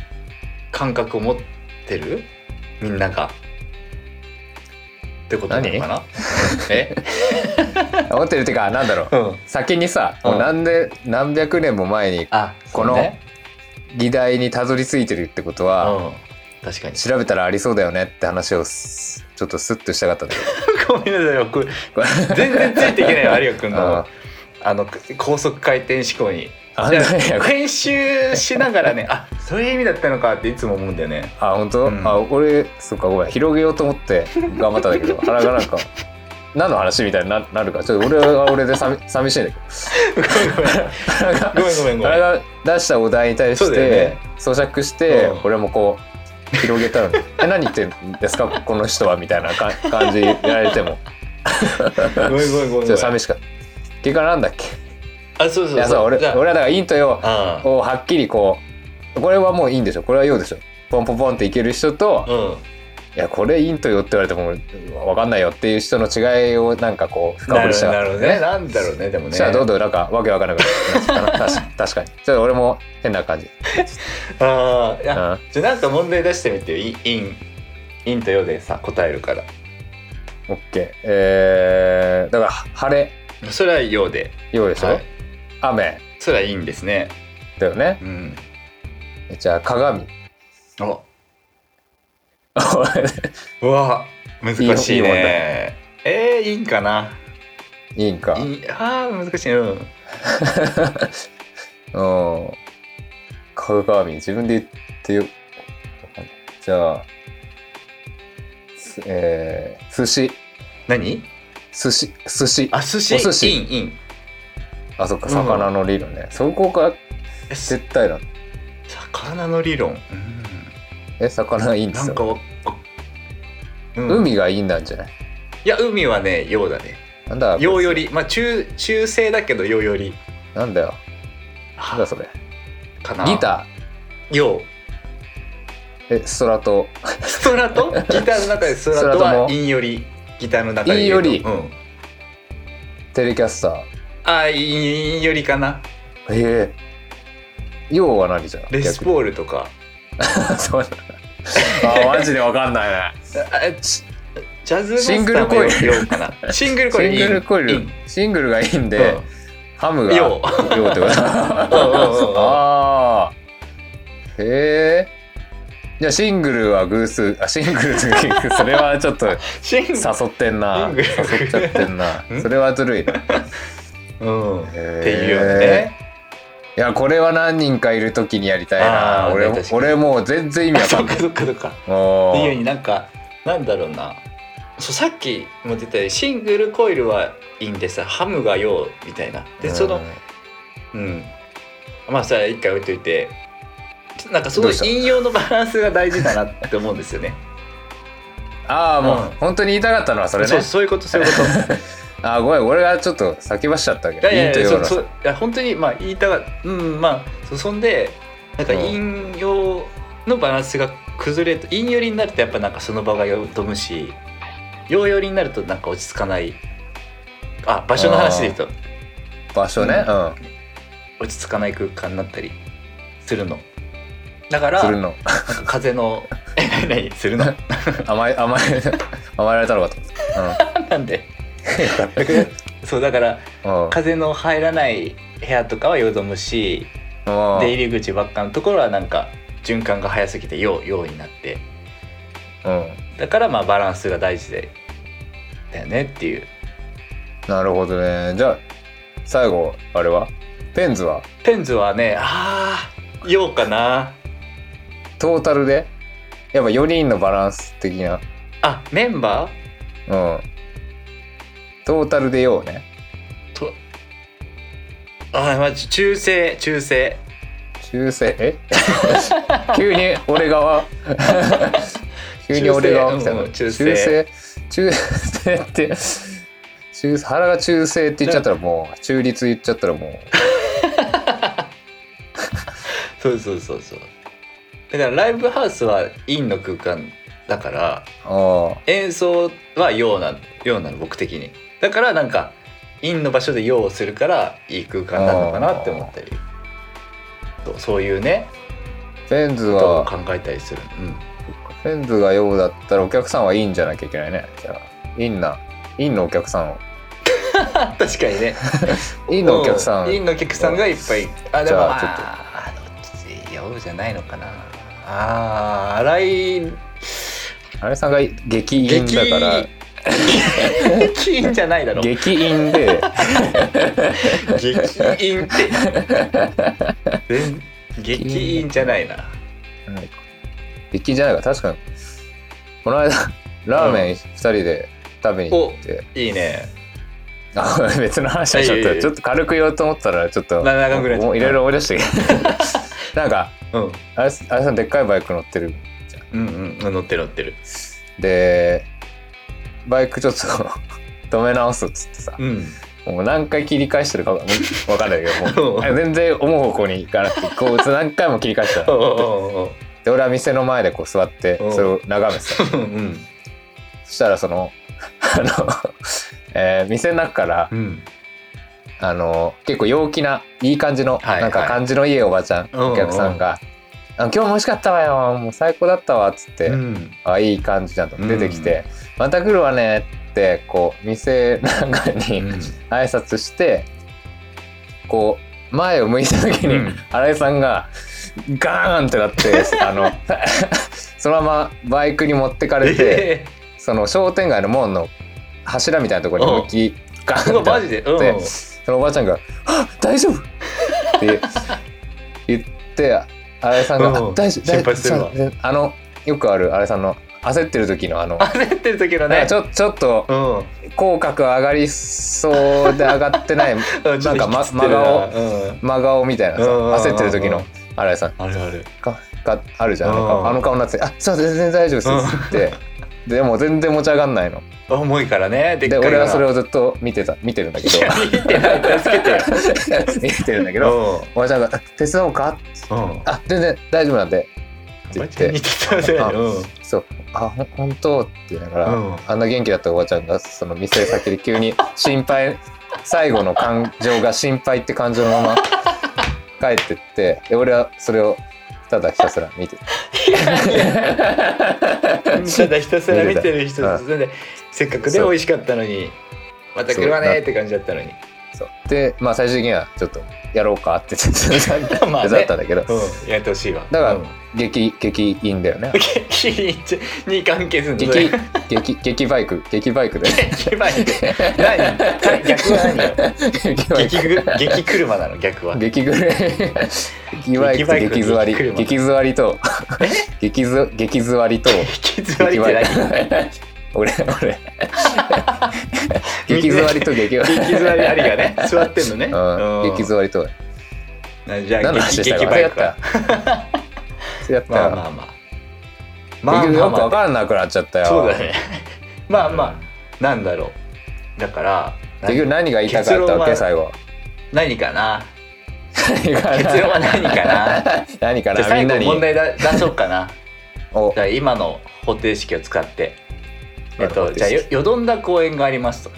Speaker 1: 感覚を持ってるみんながってことなのかなえ
Speaker 2: 思ってるっていうかなんだろ う
Speaker 1: うん
Speaker 2: 先にさ
Speaker 1: うん
Speaker 2: もう何で何百年も前に
Speaker 1: あ
Speaker 2: この
Speaker 1: そうね
Speaker 2: 議題にたどり着いてるってことは
Speaker 1: うん確かに
Speaker 2: 調べたらありそうだよねって話をすちょっとスッとしたかったんだけど
Speaker 1: ごめんなさい僕全然ついていけないよ有吉君の
Speaker 2: あ
Speaker 1: あの高速回転思考に
Speaker 2: あんなや
Speaker 1: 編集しながらねあそういう意味だったのかっていつも思うんだよね
Speaker 2: あ本当、
Speaker 1: うん
Speaker 2: あ俺そっかごめん広げようと思って頑張ったんだ けど腹がなんか何の話みたいにななるからちょっと俺は俺で寂寂しいんだけど
Speaker 1: ごめんごめん
Speaker 2: 腹が
Speaker 1: ごめんごめ んごめ
Speaker 2: 腹
Speaker 1: ん
Speaker 2: が出したお題に対し
Speaker 1: そうだよ
Speaker 2: て
Speaker 1: ね
Speaker 2: 咀嚼して、
Speaker 1: うん
Speaker 2: 俺もこう広げたのに「え何言ってるんですかこの人は」みたいなか感じやられても
Speaker 1: ごめんごめんごめんご
Speaker 2: ちょっと
Speaker 1: めん
Speaker 2: 寂しかった。結果なんだっけ
Speaker 1: あそう
Speaker 2: い
Speaker 1: そう
Speaker 2: やそう俺
Speaker 1: じゃあ
Speaker 2: 俺はだから陰と陽
Speaker 1: あ
Speaker 2: をはっきりこうこれはもういいんでしょこれは陽でしょポンポンポンっていける人と、
Speaker 1: あうん
Speaker 2: いやこれ陰と陽って言われても分かんないよっていう人の違いをなんかこう深
Speaker 1: な
Speaker 2: 掘
Speaker 1: るほ
Speaker 2: りし
Speaker 1: ど
Speaker 2: た
Speaker 1: なるほどねなんだろうねでも
Speaker 2: そ
Speaker 1: ね
Speaker 2: したらどんどんなんかわけわからなくなってきたな確か確かにちょっと俺も変な感じ、
Speaker 1: あーいうや
Speaker 2: ん、
Speaker 1: じゃあなんか問題出してみてよインインインとヨでさ答えるから
Speaker 2: オッケーえー、だから晴れ
Speaker 1: それはヨで
Speaker 2: 陽でしょ、
Speaker 1: はい
Speaker 2: 雨
Speaker 1: それはいいんですね
Speaker 2: だよね
Speaker 1: うん
Speaker 2: じゃあ鏡
Speaker 1: おうわ難し
Speaker 2: いい
Speaker 1: い
Speaker 2: 問
Speaker 1: ねえー、いいんかない
Speaker 2: いんか
Speaker 1: いいあー難しいうん
Speaker 2: うん。鏡、自分で言ってよ。じゃあ、すえー、寿司。
Speaker 1: 何
Speaker 2: 寿司寿司
Speaker 1: あ寿司
Speaker 2: お寿司
Speaker 1: インイン
Speaker 2: あそっか
Speaker 1: うん
Speaker 2: 魚の理論ね、そこが
Speaker 1: えす
Speaker 2: 絶対だ
Speaker 1: 魚の理論、
Speaker 2: え魚いいんで
Speaker 1: な
Speaker 2: す
Speaker 1: ん
Speaker 2: よ
Speaker 1: かわか、うんい
Speaker 2: 海がいいんなんじゃない
Speaker 1: や海はね洋だね
Speaker 2: なんだ
Speaker 1: 洋よりまあ中中性だけど洋より
Speaker 2: なんだよなんだそれ
Speaker 1: かな
Speaker 2: ギタ
Speaker 1: ー洋
Speaker 2: ーえストラト
Speaker 1: ストラトギターの中でストラト
Speaker 2: ストラト
Speaker 1: は
Speaker 2: も
Speaker 1: 陰よりギターの中で
Speaker 2: 陰より
Speaker 1: うん
Speaker 2: テレキャスター
Speaker 1: あー陰よりかな
Speaker 2: ええ要は何じゃん
Speaker 1: レスポールとか
Speaker 2: 逆にそう あマジでわかんないね
Speaker 1: あえジジャズマスター
Speaker 2: シングルコイル
Speaker 1: も洋か なシングルコイ
Speaker 2: シ
Speaker 1: ル
Speaker 2: ングルコイ
Speaker 1: イ
Speaker 2: ル
Speaker 1: ン
Speaker 2: シングルがいいん
Speaker 1: イン
Speaker 2: で、ハムが
Speaker 1: よ
Speaker 2: よってこと
Speaker 1: うんうん
Speaker 2: ああへえじゃあシングルは偶数あシングルという結局それはちょっと
Speaker 1: シングル
Speaker 2: 誘ってんな
Speaker 1: シングル
Speaker 2: 誘っちゃってんなそれはずるいなっ
Speaker 1: うんってていうよ
Speaker 2: ね
Speaker 1: ね
Speaker 2: いやこれは何人かいる時にやりたいな
Speaker 1: あー
Speaker 2: 俺
Speaker 1: 確かに
Speaker 2: 俺もう全然意味
Speaker 1: あ
Speaker 2: わか
Speaker 1: そっ
Speaker 2: ん
Speaker 1: か
Speaker 2: ない
Speaker 1: そっかそっか
Speaker 2: も
Speaker 1: っていうよう
Speaker 2: う
Speaker 1: になんかなんだろうなそうさっきも出たようにシングルコイルはいいんでさハムがよみたいなでそのうんまあさ一回置いといてちょなんかそ
Speaker 2: ど
Speaker 1: の
Speaker 2: うした
Speaker 1: 引用のバランスが大事だなって思うんですよね
Speaker 2: ああもう、
Speaker 1: うん
Speaker 2: 本当に言いたかったの はそれ
Speaker 1: そ
Speaker 2: ね
Speaker 1: うそういうことそういうこと
Speaker 2: あーごめん俺がちょっと先走っちゃったけ
Speaker 1: い
Speaker 2: ど
Speaker 1: やいやい
Speaker 2: いい
Speaker 1: や
Speaker 2: というような
Speaker 1: そそいや本当にまあ言いたがうんまあそそんでなんか
Speaker 2: うん
Speaker 1: 引用のバランスが崩れると引寄りになるとやっぱなんかその場がよどむし陽寄りになるとなんか落ち着かないあ場所の話で言うと
Speaker 2: 場所ねうん、
Speaker 1: 落ち着かない空間になったりするのだから
Speaker 2: す
Speaker 1: な
Speaker 2: る
Speaker 1: ん
Speaker 2: の
Speaker 1: か風の え何す るの
Speaker 2: 甘え甘え甘えられたのかと思って
Speaker 1: なんで
Speaker 2: うん
Speaker 1: そうだから
Speaker 2: うん
Speaker 1: 風の入らない部屋とかはよどむし
Speaker 2: うん
Speaker 1: 出入り口ばっかのところはなんか循環が早すぎてようようになって
Speaker 2: うん
Speaker 1: だからまあバランスが大事でだよねっていう
Speaker 2: なるほどねじゃあ最後あれはペンズは
Speaker 1: ペンズはねああようかな
Speaker 2: トータルでやっぱ4人のバランス的な
Speaker 1: あメンバー
Speaker 2: うんトータルでようね
Speaker 1: とあーまあち中性中性
Speaker 2: 中性え 急に俺側 急に俺側みたいな
Speaker 1: 中
Speaker 2: 中
Speaker 1: 性
Speaker 2: 性中性って 中腹が中性って言っちゃったらもう中立言っちゃったらもう
Speaker 1: そうそうそうそうだからライブハウスは陰の空間だから
Speaker 2: ああ
Speaker 1: 演奏は陽な陽なの僕的にだからなんか陰の場所で陽をするからいい空間なのかなって思ったりそうそういうね
Speaker 2: フンズ
Speaker 1: ことを
Speaker 2: は
Speaker 1: 考えたりする、うん、
Speaker 2: フンズがようだったらお客さんはいいんじゃなきゃいけないねじゃあインなインのお客さんを
Speaker 1: 確かに ね
Speaker 2: インのお客さん
Speaker 1: 陰のお客さんがいっぱいあで
Speaker 2: じ
Speaker 1: も
Speaker 2: ゃあ
Speaker 1: あちょっと陽じゃないのかなあー荒い
Speaker 2: あれさんが激インだから
Speaker 1: 激陰じゃないだろ
Speaker 2: 激イ ンで
Speaker 1: 激陰って 全激陰じゃないな
Speaker 2: 激じゃないか確かにこの間ラーメン2人で食べに行って、
Speaker 1: いいね
Speaker 2: あ別の話はちょっ
Speaker 1: いやいやい
Speaker 2: と
Speaker 1: や
Speaker 2: ちょっと軽く言おうと思ったらちょっと
Speaker 1: な長くなっちゃった
Speaker 2: もういろいろ思い出して けどなんか
Speaker 1: うん
Speaker 2: あれあれさんでっかいバイク乗ってる
Speaker 1: うんうん乗ってる乗ってる
Speaker 2: でバイクちょっと 止め直すっつってさ
Speaker 1: うん
Speaker 2: もう何回切り返してるかわわかんないけどもう
Speaker 1: う
Speaker 2: 全然思う方向に行かなくてこう何回も切り返してた
Speaker 1: おう
Speaker 2: の
Speaker 1: おうおう
Speaker 2: で俺は店の前でこう座って
Speaker 1: うん
Speaker 2: それを眺めて
Speaker 1: う
Speaker 2: た
Speaker 1: ん
Speaker 2: そしたらその あの、えー店の中から
Speaker 1: うん
Speaker 2: あの結構陽気ないい感じ
Speaker 1: は
Speaker 2: の、
Speaker 1: いはい
Speaker 2: なんか感じのいいおばちゃん、
Speaker 1: うんうん
Speaker 2: お客さんが「あ今日も美味しかったわよもう最高だったわ」っつって「
Speaker 1: うん
Speaker 2: あいい感じじゃん」と
Speaker 1: うん
Speaker 2: 出てきて「また来るわね」ってこう店の中に
Speaker 1: うん
Speaker 2: 挨拶してこう前を向いた時
Speaker 1: う
Speaker 2: に
Speaker 1: ん
Speaker 2: 新井さんがガーンってなって あの そのままバイクに持ってかれて
Speaker 1: え
Speaker 2: その商店街の門の柱みたいなところに向きガー
Speaker 1: ーうわ
Speaker 2: ンってなって
Speaker 1: マジでうん
Speaker 2: でそのおばあちゃんが「あ大丈夫!」って言って新井さんが
Speaker 1: う
Speaker 2: 「
Speaker 1: ん
Speaker 2: あ大丈夫
Speaker 1: 心配するわ
Speaker 2: 大丈夫あのよくある新井さんの焦ってる時のあの、
Speaker 1: 焦ってる時の
Speaker 2: なん
Speaker 1: ね
Speaker 2: かちょちょっと
Speaker 1: うん
Speaker 2: 口角上がりそうで上がってない
Speaker 1: うんちょっと
Speaker 2: なんかま
Speaker 1: 引きつってる
Speaker 2: 真
Speaker 1: うん
Speaker 2: 真顔みたいなさ
Speaker 1: うんうんうんうん
Speaker 2: 焦ってる時の新井さん
Speaker 1: あるある
Speaker 2: かがあるじゃんなん
Speaker 1: うん
Speaker 2: かあの顔になってて「あそう全然大丈夫です」って言ってでも全然持ち上がんないの
Speaker 1: 重いからねでっ
Speaker 2: で
Speaker 1: かいから
Speaker 2: 俺はそれをずっと見てた見てるんだけど
Speaker 1: いや見てない助けてよ
Speaker 2: 見てるんだけどおじゃんがあ「手伝おうか?」
Speaker 1: うんうん
Speaker 2: あ全然大丈夫なんで」って言っ
Speaker 1: 似
Speaker 2: て
Speaker 1: てたよねうん
Speaker 2: 「そうあほん本当?」って言いながら、
Speaker 1: う ん
Speaker 2: あんな元気だったおばちゃんがその店先で急に心配最後の感情が心配って感情のまま帰ってってで俺はそれをただひたすら見て
Speaker 1: ただひたすら見てる人
Speaker 2: うん
Speaker 1: それでせっかくで美味しかったのにまた来るわねーって感じだったのに
Speaker 2: そうでまあ最終的にはちょっとやろうかって言 ってたんだ
Speaker 1: まあね
Speaker 2: だったんだけど、
Speaker 1: うんやってほしいわ
Speaker 2: だから、
Speaker 1: うん
Speaker 2: 激激インだよね
Speaker 1: に関係するんだ
Speaker 2: 激激激バイク激バイクで
Speaker 1: 激バイク何逆は
Speaker 2: 激
Speaker 1: 何よ
Speaker 2: バイ
Speaker 1: 激
Speaker 2: ク
Speaker 1: ぐ激車なの逆は
Speaker 2: 激ぐらい激バイクと激座り
Speaker 1: 激バイク
Speaker 2: 激座りと激座激座りと
Speaker 1: 激座りって何
Speaker 2: 俺俺激座りと激バイク
Speaker 1: 激座りありがね座ってんのね
Speaker 2: うん激座りと
Speaker 1: じゃ
Speaker 2: 何
Speaker 1: あ
Speaker 2: の話
Speaker 1: 激
Speaker 2: した
Speaker 1: 激
Speaker 2: か
Speaker 1: バ
Speaker 2: 忘
Speaker 1: イ
Speaker 2: れ
Speaker 1: クは
Speaker 2: た忘れ
Speaker 1: ま
Speaker 2: た
Speaker 1: あま
Speaker 2: よ
Speaker 1: あまあまあ
Speaker 2: 結
Speaker 1: まあま
Speaker 2: 局よく
Speaker 1: あ
Speaker 2: 分からなくなっちゃったよ
Speaker 1: そうだね まあまあなんだろうだから
Speaker 2: 結局何が言いたかった
Speaker 1: 結論は
Speaker 2: わけ最後
Speaker 1: 何か な
Speaker 2: 何かな
Speaker 1: 結論は何かな
Speaker 2: 何か
Speaker 1: じゃあ
Speaker 2: なみ
Speaker 1: 最
Speaker 2: んな
Speaker 1: 後
Speaker 2: に
Speaker 1: 問題だ出そうかな
Speaker 2: お
Speaker 1: じゃあ今の方程式を使って、えっ
Speaker 2: 今の方
Speaker 1: と、
Speaker 2: 程式
Speaker 1: じゃあよよどんだ公園がありますと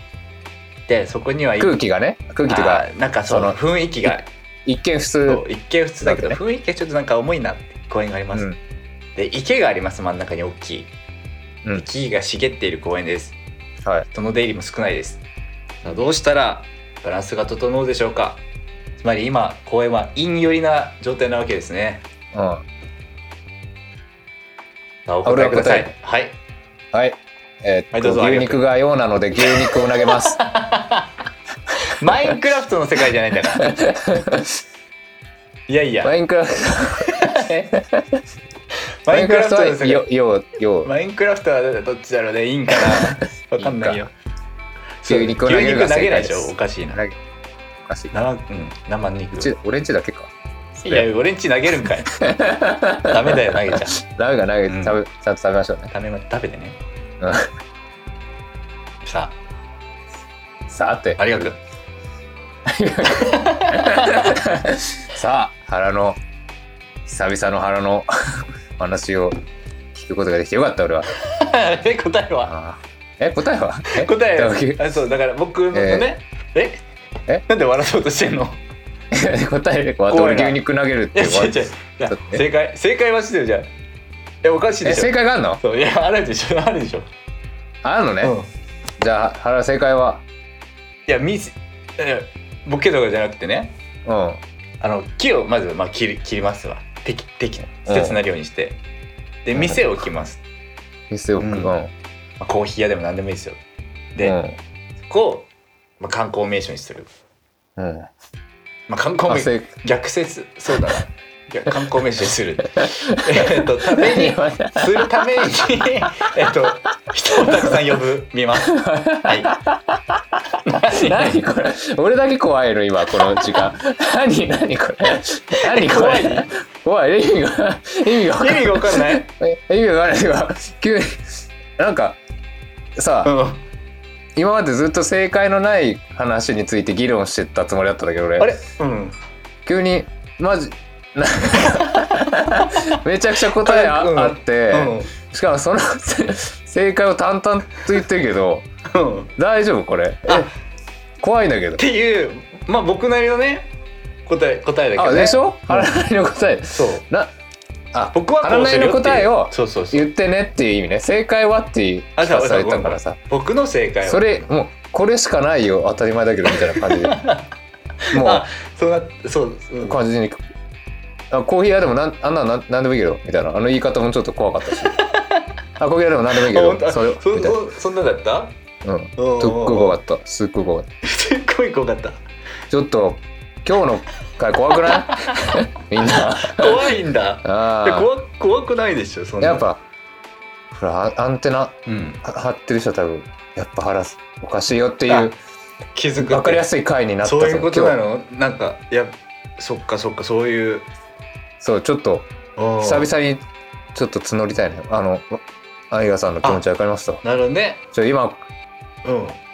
Speaker 1: でそこにはい
Speaker 2: 空気がね空気という
Speaker 1: あ
Speaker 2: か
Speaker 1: ーなんかその
Speaker 2: そ
Speaker 1: 雰囲気が
Speaker 2: 一見普
Speaker 1: こ
Speaker 2: 通
Speaker 1: う一見普通だけど
Speaker 2: だけ
Speaker 1: 雰囲気がちょっとなんか重いなって公園があります、
Speaker 2: うん
Speaker 1: で池があります真ん中に大きい、
Speaker 2: うん
Speaker 1: 木々が茂っている公園です
Speaker 2: はい
Speaker 1: 人の出入りも少ないですさあどうしたらバランスが整うでしょうかつまり今公園は陰寄りな状態なわけですね
Speaker 2: うん
Speaker 1: さあお答えください
Speaker 2: 俺
Speaker 1: はい
Speaker 2: はいえー
Speaker 1: はい
Speaker 2: っ
Speaker 1: どう
Speaker 2: と
Speaker 1: ぞあり
Speaker 2: 牛
Speaker 1: がとう
Speaker 2: 肉がようなので牛肉を投げます
Speaker 1: マインクラフトの世界じゃないんだからいやいや
Speaker 2: マインクラフト
Speaker 1: マインクラフト
Speaker 2: は
Speaker 1: の世界
Speaker 2: よようよう
Speaker 1: マインクラフトはどっちだろうねいいんかなわかんないよ
Speaker 2: 牛肉を投げる
Speaker 1: 牛
Speaker 2: が
Speaker 1: 肉投げないで
Speaker 2: 正解で
Speaker 1: しょ
Speaker 2: す
Speaker 1: おかしいな
Speaker 2: 投げおかしい
Speaker 1: 生,、うん、生
Speaker 2: う
Speaker 1: 肉
Speaker 2: ち俺んちだけか
Speaker 1: いや俺んち投げるんかいダメだよ投げちゃ
Speaker 2: ラウが投げて
Speaker 1: うん
Speaker 2: 食べ、ちゃんと食べましょうね
Speaker 1: ダメま食べてね
Speaker 2: うん
Speaker 1: さ
Speaker 2: さあて
Speaker 1: あありがとう
Speaker 2: さあ腹の久々の腹の 話を聞くことができてよかった俺は
Speaker 1: で答えは
Speaker 2: あーえ答えはえ
Speaker 1: 答えは
Speaker 2: え
Speaker 1: あそうだから僕のねえ
Speaker 2: え
Speaker 1: なんで笑そうとしてんの
Speaker 2: 答えは俺牛肉投げるっ
Speaker 1: い
Speaker 2: て
Speaker 1: や
Speaker 2: 終わ
Speaker 1: 違う違う
Speaker 2: る
Speaker 1: いや
Speaker 2: だって
Speaker 1: 正解正解はしてるじゃんえおかしいで
Speaker 2: え
Speaker 1: し
Speaker 2: 正
Speaker 1: ょ
Speaker 2: 解があるの
Speaker 1: そういやあるでしょあ るでしょ
Speaker 2: あるのね、
Speaker 1: うん
Speaker 2: じゃあ原正解はい
Speaker 1: やミスいやボケとかじゃなくてね
Speaker 2: うん
Speaker 1: あの木をまず、まあ、切り切りますわ適適
Speaker 2: うん
Speaker 1: 切な量にして、で
Speaker 2: うん
Speaker 1: 店を置きます、
Speaker 2: 店を
Speaker 1: う
Speaker 2: うんん、
Speaker 1: まあ、コーヒー屋でも何でもいいですよで、
Speaker 2: うん
Speaker 1: そこを、まあ、観光名所にする、
Speaker 2: うん、
Speaker 1: まあ、観光
Speaker 2: あ
Speaker 1: 名所
Speaker 2: 正
Speaker 1: 逆説そうだな 逆観光名所にするえっとために
Speaker 2: 解
Speaker 1: するため にえっと人をたくさん呼ぶ見ますはい
Speaker 2: 何これ俺だけ怖いの今この時間 何何これ何こ
Speaker 1: 怖い
Speaker 2: れ怖い意味が意味が分
Speaker 1: 意
Speaker 2: か
Speaker 1: 味が分かん
Speaker 2: んない
Speaker 1: ない、うん、
Speaker 2: え意味が分からない今急になんかさあ、
Speaker 1: あ
Speaker 2: 今までずっと正解のない話について議論してたつもりだったんだけど俺
Speaker 1: れうん
Speaker 2: 急にマジな めちゃくちゃ答えあ,、
Speaker 1: うん
Speaker 2: あって、
Speaker 1: う
Speaker 2: しかもその正解を淡々と言ってるけど
Speaker 1: んうん
Speaker 2: 大丈夫これ
Speaker 1: あ
Speaker 2: 怖いんだけど
Speaker 1: っ。ていうまあ僕なりのね答え答えだけど、
Speaker 2: あ
Speaker 1: ね、
Speaker 2: でしょ腹いの答え
Speaker 1: そう
Speaker 2: なあ
Speaker 1: 僕はこうするよっていう
Speaker 2: あなたの答えを
Speaker 1: そうそうそう
Speaker 2: 言ってねっていう意味ね正解はっていう
Speaker 1: あ
Speaker 2: 聞
Speaker 1: そう
Speaker 2: かされたからさ
Speaker 1: 僕の正解は
Speaker 2: それもうこれしかないよ当たり前だけどみたいな感じ でも
Speaker 1: あそうなそう、う、
Speaker 2: うん感じにあコーヒー屋でもなんあんなのなんなんでもいいけどみたいなあの言い方もちょっと怖か ったしあコーヒー屋でもなんでもいいけ
Speaker 1: 本当
Speaker 2: どそれ
Speaker 1: そ
Speaker 2: みたい
Speaker 1: そそんなだった
Speaker 2: なうんすっ
Speaker 1: うんうん
Speaker 2: ごい怖かったすっごい怖かっ
Speaker 1: すっごい怖かった
Speaker 2: たちょっと今日の回怖くない みんな
Speaker 1: 怖いんだ
Speaker 2: あ
Speaker 1: で
Speaker 2: ー
Speaker 1: 怖怖くないでしょそんな
Speaker 2: やっぱほらアアンテナ
Speaker 1: うん、
Speaker 2: は張ってる人は多分やっぱ腹すおかしいよっていう
Speaker 1: 気づく
Speaker 2: 分かりや
Speaker 1: す
Speaker 2: すい回になった
Speaker 1: そういうことな
Speaker 2: 今日
Speaker 1: のなんかいやそっかそっかそういう
Speaker 2: そうちょっと
Speaker 1: 久
Speaker 2: 久々にちょっと募りたいねあの愛賀さんの気持ち分かりました
Speaker 1: なるほどね
Speaker 2: ちょ今
Speaker 1: う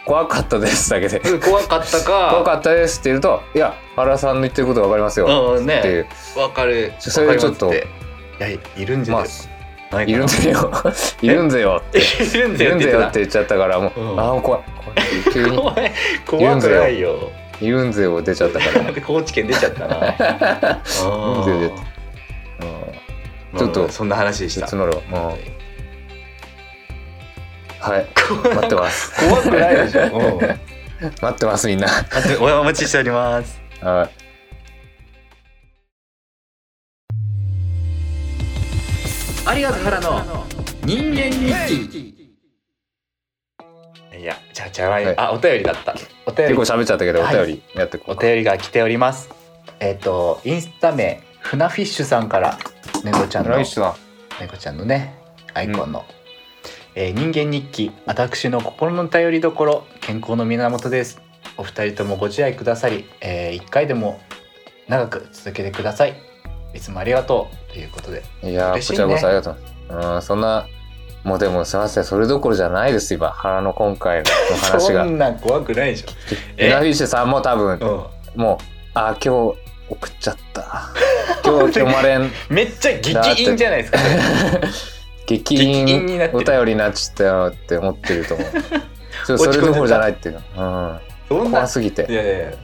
Speaker 2: 怖かったですだけで
Speaker 1: ん怖かったか
Speaker 2: 怖かったですって言うといや原さんの言ってること分かりますよ
Speaker 1: うんね
Speaker 2: っていう
Speaker 1: わかる。
Speaker 2: それはちょっと
Speaker 1: わかりますっていやいるんじゃ
Speaker 2: ま
Speaker 1: な
Speaker 2: あ
Speaker 1: いかな。
Speaker 2: いるんぜよいるんぜよって
Speaker 1: いるん
Speaker 2: い
Speaker 1: だよっ
Speaker 2: るん
Speaker 1: て
Speaker 2: ぜ
Speaker 1: 言
Speaker 2: よ
Speaker 1: っ
Speaker 2: って言っちゃったからもう、
Speaker 1: うん
Speaker 2: ああ怖い怖い急
Speaker 1: てた。
Speaker 2: に
Speaker 1: 怖い怖くないよ。
Speaker 2: いるんぜよ出ち ゃったから、
Speaker 1: 高知県出ちゃった な。あー
Speaker 2: いるんだようちょっと
Speaker 1: まあそんな話でし
Speaker 2: ん、
Speaker 1: た。
Speaker 2: 募ろう、うん、
Speaker 1: 怖
Speaker 2: はい待ってます
Speaker 1: くないでしょ。 うん待
Speaker 2: 待ってますみんな
Speaker 1: ってお待ちしております。
Speaker 2: はい
Speaker 1: ありがとう原の人間日記。いやじゃあじゃあ、
Speaker 2: い
Speaker 1: あお便りだった。お便
Speaker 2: 結構
Speaker 1: り
Speaker 2: 喋っちゃったけどお
Speaker 1: はい
Speaker 2: 便りやってこう
Speaker 1: お便りが来ております。えっ、とインスタ名フナフィッシュさんから猫ちゃんの
Speaker 2: 来。週は
Speaker 1: 猫ちゃんのねアイコンの、えー人間日記私の心の頼りどころ健康の源ですお二人ともご自愛くださり、え1回でも長く続けてくださいいつもありがとうということで
Speaker 2: いやー
Speaker 1: 嬉しい
Speaker 2: こ
Speaker 1: ね
Speaker 2: ちらこそありがとううんそんなもうでもすいませんそれどころじゃないです今原の今回の 話
Speaker 1: そ
Speaker 2: が
Speaker 1: んなん怖くないでしえ
Speaker 2: エナフィッシュさんも多分
Speaker 1: ょ、
Speaker 2: もうあー今日送っちゃ った今日読まれん
Speaker 1: うん、めっちゃ激印じゃないですか
Speaker 2: 激
Speaker 1: 激印になっ
Speaker 2: 印
Speaker 1: て
Speaker 2: お
Speaker 1: る
Speaker 2: 便りになっちゃったよって思ってると思 うちょっとそれどころじゃないっていうの、
Speaker 1: そ
Speaker 2: うんん、
Speaker 1: な
Speaker 2: 怖
Speaker 1: い
Speaker 2: すぎて
Speaker 1: やいやい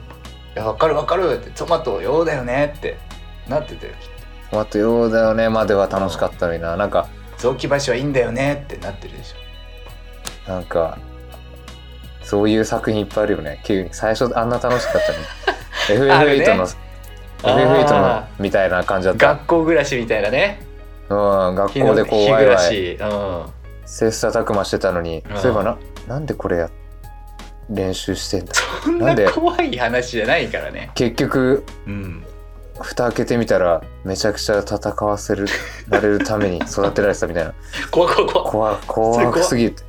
Speaker 1: やわかるわかるってトマト用だよねってなってて
Speaker 2: あとようだよねまでは楽しかったのにななんか
Speaker 1: 雑木林はいいんだよねってなってるでしょ
Speaker 2: なんかそういう作品いっぱいあるよね急に最初あんな楽しかったのに
Speaker 1: あるね
Speaker 2: FF8 の、FF8
Speaker 1: あ
Speaker 2: のみたいな感じだった
Speaker 1: 学校暮らしみたいなね
Speaker 2: うん、学校でこう
Speaker 1: 日
Speaker 2: ワ
Speaker 1: 暮
Speaker 2: イ
Speaker 1: ら
Speaker 2: ワイ
Speaker 1: し、うん
Speaker 2: 切磋琢磨してたのに
Speaker 1: うん
Speaker 2: そういえばななんでこれや練習してんだ
Speaker 1: そん
Speaker 2: な
Speaker 1: なん
Speaker 2: で
Speaker 1: 怖い話じゃないからね。
Speaker 2: 結局
Speaker 1: うん。
Speaker 2: 蓋開けてみたらめちゃくちゃ戦わせるられるた めに育てられてたみたいな
Speaker 1: 怖い怖い怖い
Speaker 2: 怖
Speaker 1: それ
Speaker 2: 怖
Speaker 1: 怖
Speaker 2: すぎて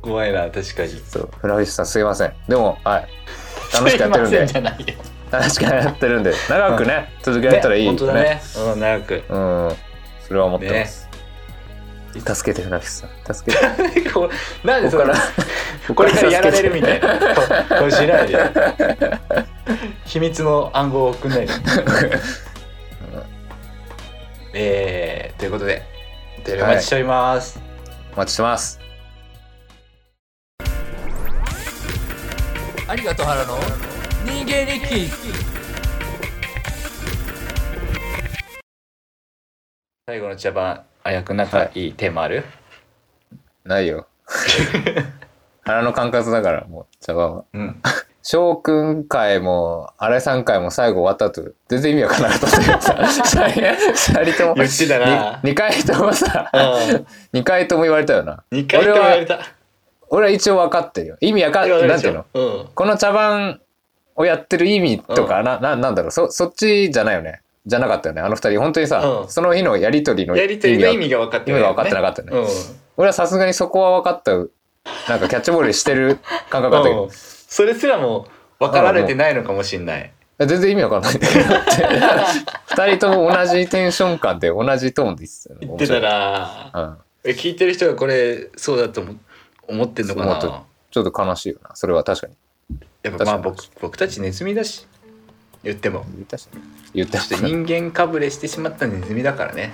Speaker 1: 怖いな確かに。
Speaker 2: そうフラフィッシュさんすいませんでもはい楽しくやってるんで
Speaker 1: すいませじゃないよ。
Speaker 2: 楽しくやってるんで長くね続けられたらいいよ
Speaker 1: ね本当だね。うん長く。
Speaker 2: うんそれは思ってます、助けてフラフィッシュさん助けて
Speaker 1: こうなんで
Speaker 2: こ
Speaker 1: そ
Speaker 2: こ
Speaker 1: れ
Speaker 2: か
Speaker 1: これ
Speaker 2: ら
Speaker 1: からやられるみ
Speaker 2: た
Speaker 1: たいな。こうしないで。 秘密の暗号を送ん ないで。えーということでお便りお待ちしております。
Speaker 2: お待ちしてます
Speaker 1: ありがとう原の人間力最後の茶番あやくんなんかいいテーマある、
Speaker 2: な いよ腹の管轄だからもう茶番は
Speaker 1: うん
Speaker 2: 翔くん会も、荒井さん会も最後終わった後、全然意味わからなかったんだけどさ、二人とも、
Speaker 1: 言ってたな
Speaker 2: 2回ともさ
Speaker 1: うん、
Speaker 2: 2回とも言われたよな。
Speaker 1: 2回ともやれた
Speaker 2: 俺は一応分かってるよ。意味わか
Speaker 1: 言われ
Speaker 2: な
Speaker 1: た
Speaker 2: ん
Speaker 1: で
Speaker 2: て
Speaker 1: し
Speaker 2: い
Speaker 1: ょ
Speaker 2: うの
Speaker 1: うん
Speaker 2: この茶番をやってる意味とか、な、な、なんだろう、そ、そっちじゃないよね。じゃなかったよね。あの二人、本当にさ、
Speaker 1: うん
Speaker 2: その日のやりとりの
Speaker 1: やりとりの意
Speaker 2: は
Speaker 1: 味が分かって
Speaker 2: 意味が分かってなかったよね。
Speaker 1: う
Speaker 2: 俺はさすがにそこは分かった。なんかキャッチボールしてる感覚だったけ
Speaker 1: ん、
Speaker 2: ど
Speaker 1: うん、それすらも分かられてないのかもしんない、
Speaker 2: 全然意味わかんない。二人とも同じテンション感で同じトーンで言ってた
Speaker 1: 言ってた。
Speaker 2: よね
Speaker 1: ら
Speaker 2: 面白いうん
Speaker 1: え聞いてる人がこれそうだと思思ってんのかな
Speaker 2: そう思っちょっと悲しいよな。それは確かに。
Speaker 1: やっぱまあ
Speaker 2: 確か
Speaker 1: 僕僕たちネズミだし言っても
Speaker 2: 言ったしね。言った
Speaker 1: そして
Speaker 2: しね。
Speaker 1: 人間かぶれしてしまったネズミだからね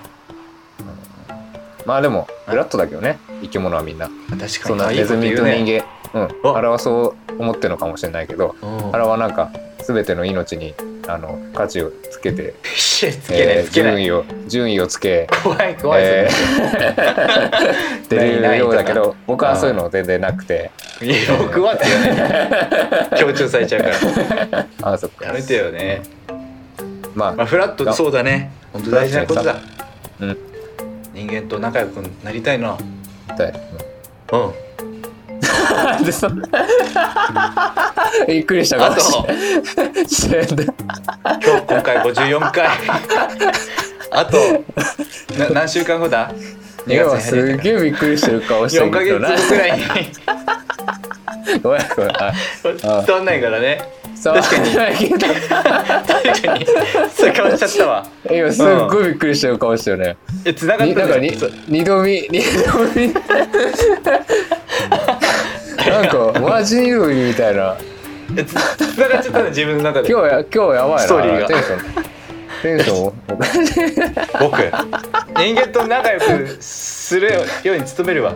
Speaker 2: まあでも、フラットだけどね。生き物はみんな。
Speaker 1: 確かに
Speaker 2: そんな
Speaker 1: あいい
Speaker 2: ネ
Speaker 1: こ
Speaker 2: ズ
Speaker 1: と
Speaker 2: ミ
Speaker 1: 言う
Speaker 2: と人
Speaker 1: ね
Speaker 2: 間。う
Speaker 1: あ
Speaker 2: ん。あれはそう思ってるのかもしれないけど、
Speaker 1: うん
Speaker 2: あれはなんか、すべての命に、あの、価値をつけ て、
Speaker 1: いやつけない
Speaker 2: えー
Speaker 1: つけな
Speaker 2: 順
Speaker 1: い
Speaker 2: 位を、順位をつけ、
Speaker 1: 怖い怖い
Speaker 2: え
Speaker 1: そ
Speaker 2: ー出るようだけ
Speaker 1: ない
Speaker 2: ど、僕はそういうの全然なくて。
Speaker 1: れいや僕はって言わない強調されちゃうか ら
Speaker 2: あ、そっか。
Speaker 1: やめてよね
Speaker 2: まあ
Speaker 1: まあ、フラットそうだね本当大事なことだ
Speaker 2: うん
Speaker 1: 人間と仲良くなりたいなうん
Speaker 2: だいでそんなびっくりしたか
Speaker 1: あ
Speaker 2: も
Speaker 1: と
Speaker 2: しれない
Speaker 1: 今日今回54回あとな何週間後だ二月
Speaker 2: 今
Speaker 1: に
Speaker 2: す
Speaker 1: 入れたか
Speaker 2: げえびっくりしてる顔
Speaker 1: ら
Speaker 2: し
Speaker 1: 4
Speaker 2: てる
Speaker 1: ヶ
Speaker 2: け
Speaker 1: 月
Speaker 2: どな
Speaker 1: 後くらいに
Speaker 2: ごめんごめんあ あ
Speaker 1: 伝わんないからね
Speaker 2: 触
Speaker 1: 確かに
Speaker 2: らないけど
Speaker 1: 確かにそれ変わっちゃったわ
Speaker 2: 今すっごいびっくりしてる顔してるね、
Speaker 1: え繋がっ
Speaker 2: にな
Speaker 1: た
Speaker 2: んか
Speaker 1: ね
Speaker 2: に二度見二度見なんかマジ二度見みたいな
Speaker 1: えつ繋がっちゃったね自分の中で
Speaker 2: 今日や今日やばいな
Speaker 1: ストーリーが
Speaker 2: テンションテンション
Speaker 1: 僕人間と仲良くするように努めるわ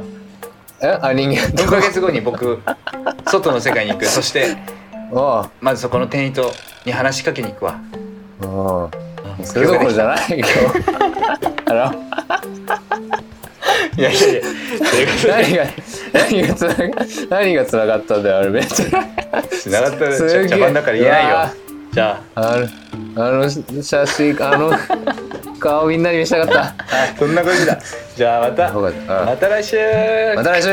Speaker 2: えあ人間
Speaker 1: 4ヶ月後に僕外の世界に行くそして
Speaker 2: あ
Speaker 1: まずそこの店員とに話しかけに行くわ
Speaker 2: あああそれどころじゃないよあら
Speaker 1: いやいやいやということで
Speaker 2: 何が何がつなが何がつながったんだよあれめっちゃ
Speaker 1: 繋がったら
Speaker 2: すげえ
Speaker 1: 茶番だから言えないよじゃ
Speaker 2: あのあの写真あの顔みんなに見せたかった
Speaker 1: あそんな感じだじゃあまた
Speaker 2: よかったうん
Speaker 1: また来週
Speaker 2: また来週